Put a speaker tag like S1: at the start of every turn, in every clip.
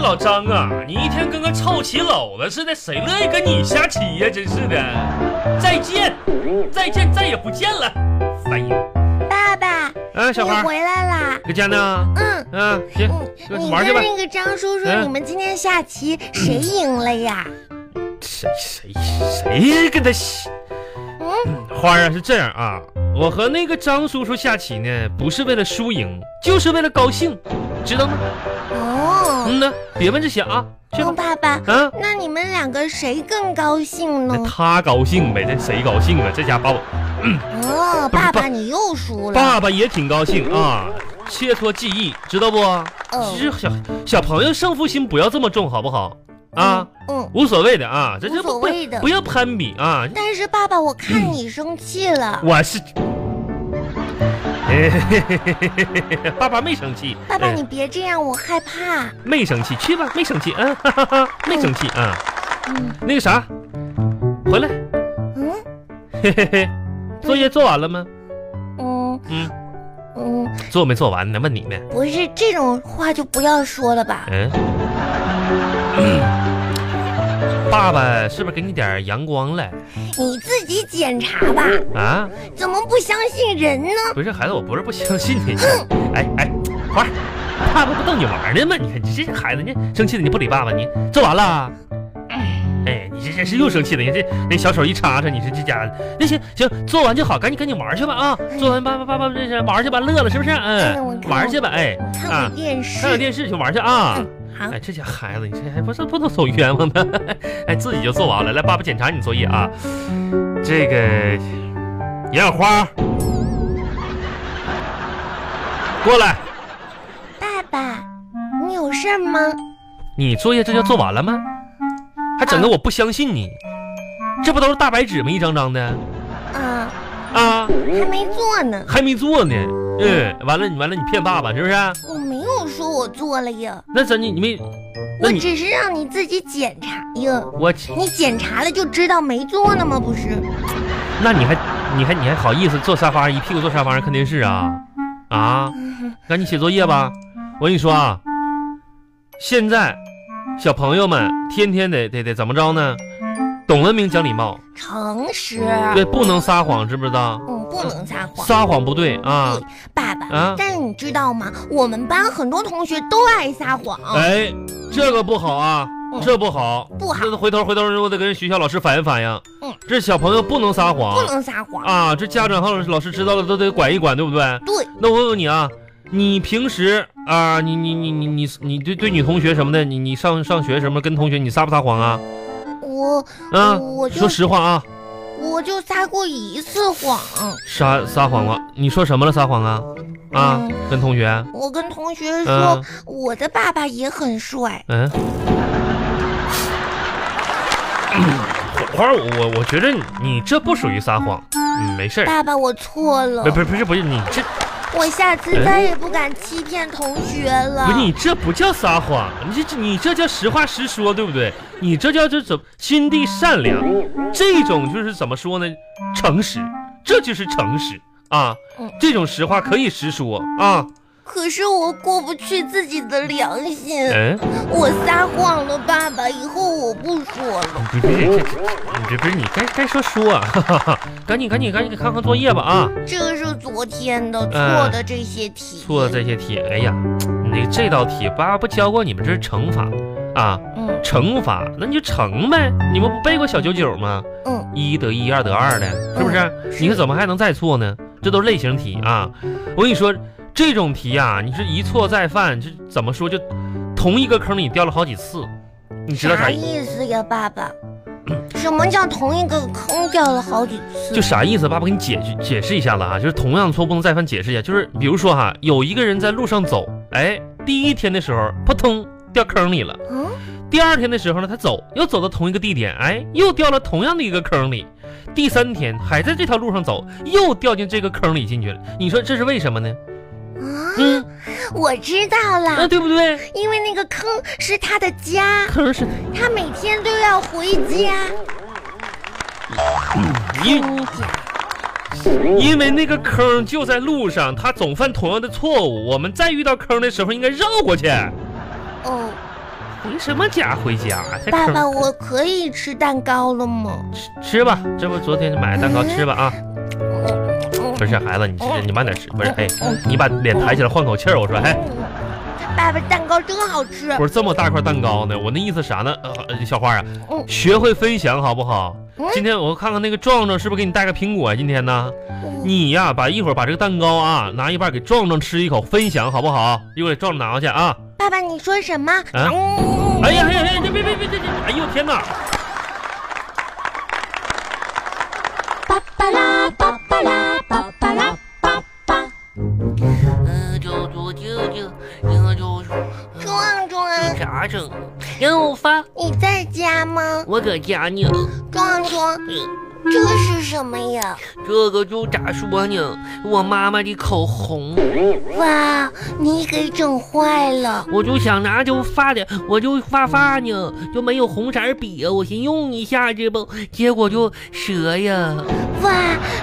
S1: 老张啊，你一天跟个臭棋篓子似的，谁乐意跟你下棋呀、真是的，再见，再见，再也不见了，烦人。
S2: 爸爸，
S1: 嗯，小
S2: 我
S1: 花，
S2: 回来啦。
S1: 搁家呢？
S2: 嗯，
S1: 嗯，行，
S2: 你你
S1: 玩去
S2: 跟
S1: 吧。
S2: 那个张叔叔，
S1: 嗯
S2: 你们今天下棋谁赢了呀？
S1: 谁谁谁跟他下？
S2: 嗯，
S1: 花儿啊，是这样啊，我和那个张叔叔下棋呢，不是为了输赢，就是为了高兴，知道吗？
S2: 哦，
S1: 嗯呐，别问这些啊，去吧
S2: 哦，。爸爸，
S1: 啊，
S2: 那你们两个谁更高兴
S1: 那
S2: 呢？
S1: 他高兴呗，这谁高兴啊？这家把我
S2: 哦，
S1: 不是
S2: 爸
S1: 爸
S2: 爸，你又输了。嗯
S1: 爸爸也挺高兴啊，切磋技艺，知道不？
S2: 哦
S1: 其实小小朋友胜负心不要这么重，好不好？啊，，
S2: 嗯，
S1: 无所谓的啊，这这不不
S2: 无所谓的
S1: 不要攀比啊。
S2: 但是爸爸，我看你生气了。
S1: 我是， 嘿嘿嘿嘿嘿嘿嘿爸爸没生气，
S2: 爸爸，
S1: 嗯
S2: 你别这样，我害怕。
S1: 没生气，去吧，没生气啊，哈哈哈，没生气啊。
S2: 嗯
S1: 那个啥，回来，
S2: 嗯
S1: 嘿嘿嘿，作业做完了吗？
S2: 嗯
S1: 嗯，
S2: 嗯，
S1: 做没做完呢？问你呢。
S2: 不是这种话就不要说了吧。
S1: 嗯，爸爸是不是给你点阳光了
S2: 你自己检查吧，
S1: 啊？
S2: 怎么不相信人呢？
S1: 不是孩子，我不是不相信你。哎哎，花儿，爸爸不逗你玩呢吗？你看你这孩子，你生气了你不理爸爸，你做完了。哎，你这真是又生气了，你这那小手一插插，你说这家伙，那行行，做完就好，赶紧赶紧玩去吧啊！做完爸爸爸爸这是玩去吧，乐了是不是？
S2: 嗯我
S1: 嗯，
S2: 看
S1: 玩去吧，哎
S2: 我看
S1: 啊
S2: 会，电视。
S1: 看看电视去玩去啊。
S2: 嗯，好。
S1: 哎，这家孩子，你这还不是不能走冤枉呢？哎，自己就做完了。来，爸爸检查你作业啊。这个杨小花，过来，
S2: 爸爸，你有事儿吗？
S1: 你作业这叫做完了吗？还整的我不相信你，这不都是大白纸吗？一张张的
S2: 啊，
S1: 啊，
S2: 还没做呢，
S1: 还没做呢。嗯，完了，你完了，你骗爸爸是不是？
S2: 我没有说我做了呀，
S1: 那咱你你没，那
S2: 我
S1: 你
S2: 只是让你自己检查呀。
S1: 我，
S2: 你检查了就知道没做呢吗？不是，
S1: 那你还你还你还好意思坐沙发上一屁股坐沙发上看电视啊啊？
S2: 嗯
S1: 赶紧写作业吧。我跟你说啊，现在小朋友们天天得得得怎么着呢？懂文明讲礼貌，
S2: 诚实，啊
S1: 对，不能撒谎，知不知道？
S2: 嗯，不能撒谎。
S1: 撒谎不对啊！
S2: 爸爸，
S1: 啊
S2: 但是你知道吗？我们班很多同学都爱撒谎。
S1: 哎，这个不好啊，
S2: 嗯
S1: 这不好，
S2: 哦不好
S1: 这回头回头我得跟学校老师反映反映
S2: 嗯。
S1: 这小朋友不能撒
S2: 不
S1: 谎
S2: 能撒谎。
S1: 啊！这家长和老师老师知道了都得管一管，对不对？
S2: 对，
S1: 那我问问你啊，你平时啊，你你你你你你对对女同学什么的，你你上上学什么跟同学你撒不撒谎啊？
S2: 我
S1: 啊，
S2: 我就
S1: 说实话啊，
S2: 我就撒过一次谎。
S1: 撒撒谎了，你说什么了？撒谎啊？啊，
S2: 嗯
S1: 跟同学，
S2: 我跟同学说，
S1: 嗯
S2: 我的爸爸也很帅。
S1: 嗯。 花儿，我我我觉得你你这不属于撒谎，嗯，没事儿，
S2: 爸爸，我错了
S1: 不，不不是不是你这
S2: 我下次再也不敢欺骗同学了。
S1: 哎不是你这不叫撒谎，你这这你这叫实话实说，对不对？你这叫这怎么心地善良，这种就是怎么说呢？诚实，这就是诚实啊
S2: 嗯！
S1: 这种实话可以实说啊。
S2: 可是我过不去自己的良心，
S1: 嗯，
S2: 我撒谎了，爸爸，以后我不说了。
S1: 你哦别这这这，你这不是你该该说说、啊， 哈哈哈赶紧赶紧赶紧看看作业吧啊！
S2: 这个是昨天的
S1: 嗯
S2: 错的这些题，
S1: 错了这些题，哎呀，你这道题爸爸不教过你们这是乘法啊，
S2: 嗯
S1: 乘法那你就乘呗，你们不背过小九九吗？
S2: 嗯，
S1: 一得一，二得二的，是不是？
S2: 是
S1: 你看怎么还能再错呢？这都是类型题啊！我跟你说，这种题啊，你是一错再犯，这怎么说就同一个坑里掉了好几次，你知道啥
S2: 啥
S1: 意？
S2: 意思呀，爸爸？什么叫同一个坑掉了好几次？
S1: 就啥意思？爸爸给你解释解释一下子啊，就是同样错不能再犯，解释一下。就是比如说哈，有一个人在路上走，哎，第一天的时候扑通掉坑里了，
S2: 嗯，
S1: 第二天的时候呢，他走又走到同一个地点，哎，又掉了同样的一个坑里。第三天还在这条路上走，又掉进这个坑里进去了。你说这是为什么呢？
S2: 啊，
S1: 嗯，
S2: 我知道
S1: 那、
S2: 了，
S1: 对不对？
S2: 因为那个坑是他的家，
S1: 坑是
S2: 他每天都要回家。
S1: 因因为那个坑就在路上，他总犯同样的错误。我们再遇到坑的时候，应该绕过去。
S2: 哦，
S1: 回什么家回家？还
S2: 爸
S1: 坑
S2: 爸，我可以吃蛋糕了吗？
S1: 啊吃吃吧，这不昨天买的蛋糕吃吧啊！
S2: 嗯
S1: 不是孩子，你吃你慢点吃，不是哎，
S2: 嗯
S1: 你把脸抬起来换口气儿，我说哎，
S2: 爸爸，蛋糕真好吃。
S1: 不是这么大块蛋糕呢，我那意思啥呢？呃，小花啊
S2: 嗯，
S1: 学会分享好不好
S2: 嗯？
S1: 今天我看看那个壮壮是不是给你带个苹果啊？今天呢，你呀、把一会儿把这个蛋糕啊拿一半给壮壮吃一口，分享好不好？一会儿给壮壮拿回去啊。
S2: 爸爸，你说什么？
S1: 啊
S2: 嗯
S1: 哎呀哎呀哎呀！别别别别别！哎呦天哪！
S3: 巴巴拉巴巴拉巴巴拉巴巴。
S4: 嗯，就就就就，然后就说
S2: 壮壮，
S4: 啥整？然后我发
S2: 你在家吗？
S4: 我搁家呢，
S2: 壮壮，
S4: 嗯
S2: 这是什么呀？
S4: 这个就咋说呢？我妈妈的口红，
S2: 哇，你给整坏了！
S4: 我就想拿就发点，我就发发呢，就没有红色笔啊，我先用一下这不，结果就折呀。
S2: 哇，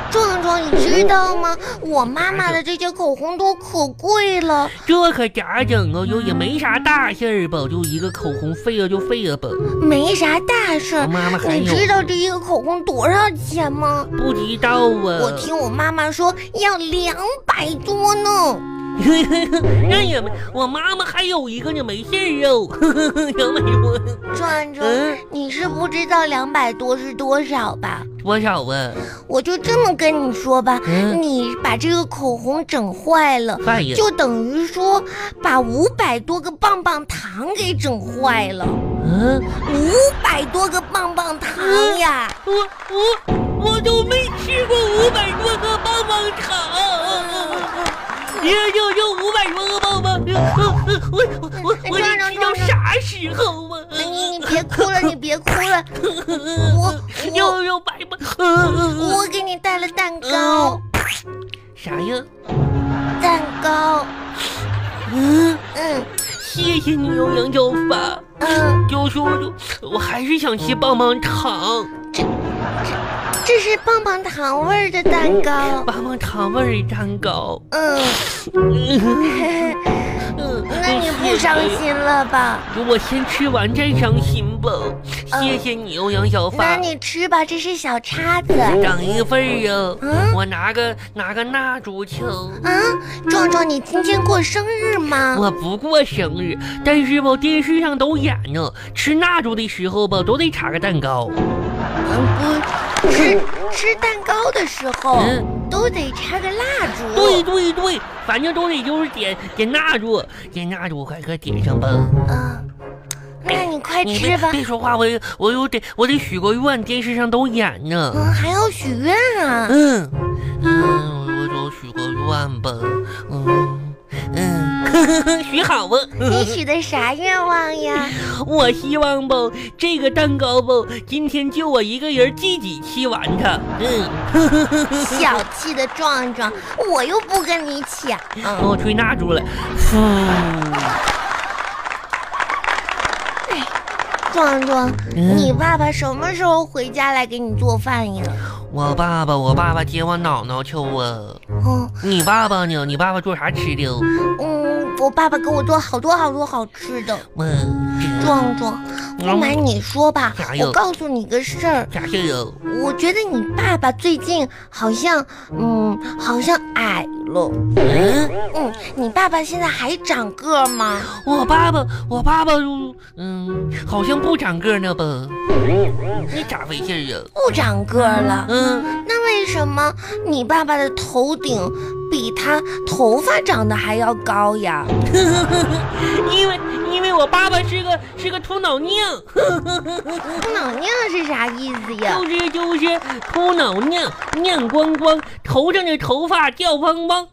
S2: 壮壮，你知道吗？我妈妈的这些口红都可贵了。
S4: 这可咋整啊？就也没啥大事儿吧，就一个口红废了就废了吧。
S2: 没啥大事
S4: 我
S2: 儿。
S4: 妈妈还
S2: 你
S4: 有
S2: 知道这一个口红多少钱吗？
S4: 不知道啊？
S2: 我听我妈妈说要两百多呢。
S4: 那也没，我妈妈还有一个呢，没事儿哦。 杨美我
S2: 壮壮，
S4: 嗯
S2: 你是不知道两百多是多少吧？
S4: 多少啊？
S2: 我就这么跟你说吧，
S4: 嗯哎
S2: 你把这个口红整坏了。
S4: 大爷，
S2: 就等于说把五百多个棒棒糖给整坏了，
S4: 嗯，
S2: 五百多个棒棒糖呀！
S4: 我我我都没吃过五百多个棒棒糖， 一就就五百多个棒 棒，我我我我
S2: 壮
S4: 得
S2: 壮
S4: 吃到
S2: 壮壮
S4: 啥时候啊？
S2: 哎你你别哭了，你别哭了，我我
S4: 嗯又又白吧？嗯
S2: 我给你带了蛋糕，
S4: 啥呀？
S2: 蛋糕，
S4: 嗯，
S2: 嗯
S4: 谢谢你哦，杨小发。
S2: 嗯，
S4: 就说就我还是想吃棒棒糖。
S2: 这是棒棒糖味儿的蛋糕，
S4: 棒棒糖味儿蛋糕。
S2: 嗯，
S4: 嗯，
S2: 那你不伤心了吧？
S4: 我先吃完再伤心吧。
S2: 嗯
S4: 谢谢你哦，杨小
S2: 那
S4: 发。
S2: 你吃吧，这是小叉子。
S4: 整一份儿啊！
S2: 嗯
S4: 我拿个拿个蜡烛球。
S2: 啊，壮壮，你今天过生日吗？
S4: 我不过生日，但是吧，电视上都演呢，吃蜡烛的时候吧，都得插个蛋糕。
S2: 嗯，不吃吃蛋糕的时候
S4: 嗯，
S2: 都得插个蜡烛。
S4: 对，对对，反正都得就是点点蜡烛，点蜡烛，快快点上吧。
S2: 嗯，那你快
S4: 你
S2: 吃
S4: 别
S2: 吧。
S4: 别说话，我我又得我得许个愿，电视上都演呢。
S2: 嗯，还要许愿啊。
S4: 嗯，嗯，我就许个愿吧，嗯嗯， 许好吧。
S2: 你许的啥愿望 呀？
S4: 我希望吧，这个蛋糕吧，今天就我一个人自己吃完它。嗯，
S2: 小气的壮壮，我又不跟你抢。
S4: 啊我吹蜡烛了，呼，
S2: 壮壮，
S4: 嗯
S2: 你爸爸什么时候回家来给你做饭呀？
S4: 我爸爸，我爸爸接我姥姥去啊。
S2: 嗯
S4: 你爸爸呢？你爸爸做啥吃的哦？
S2: 嗯，我爸爸给我做好多好多好吃的。
S4: 我
S2: 壮壮，不瞒你说吧
S4: 啥，呀
S2: 我告诉你个事儿。
S4: 啥事儿哦？
S2: 我觉得你爸爸最近好像，嗯，好像矮了。
S4: 嗯，
S2: 嗯，你爸爸现在还长个儿吗？
S4: 我爸爸，我爸爸就，嗯，好像不长个儿呢吧？那咋回事儿啊？
S2: 不长个儿了。
S4: 嗯，
S2: 那为什么你爸爸的头顶比他头发长得还要高呀？
S4: 因为因为我爸爸是个是个秃脑拧，
S2: 秃脑拧是啥意思哎呀？
S4: 就是就是秃脑拧，拧光光，头上的头发掉光光，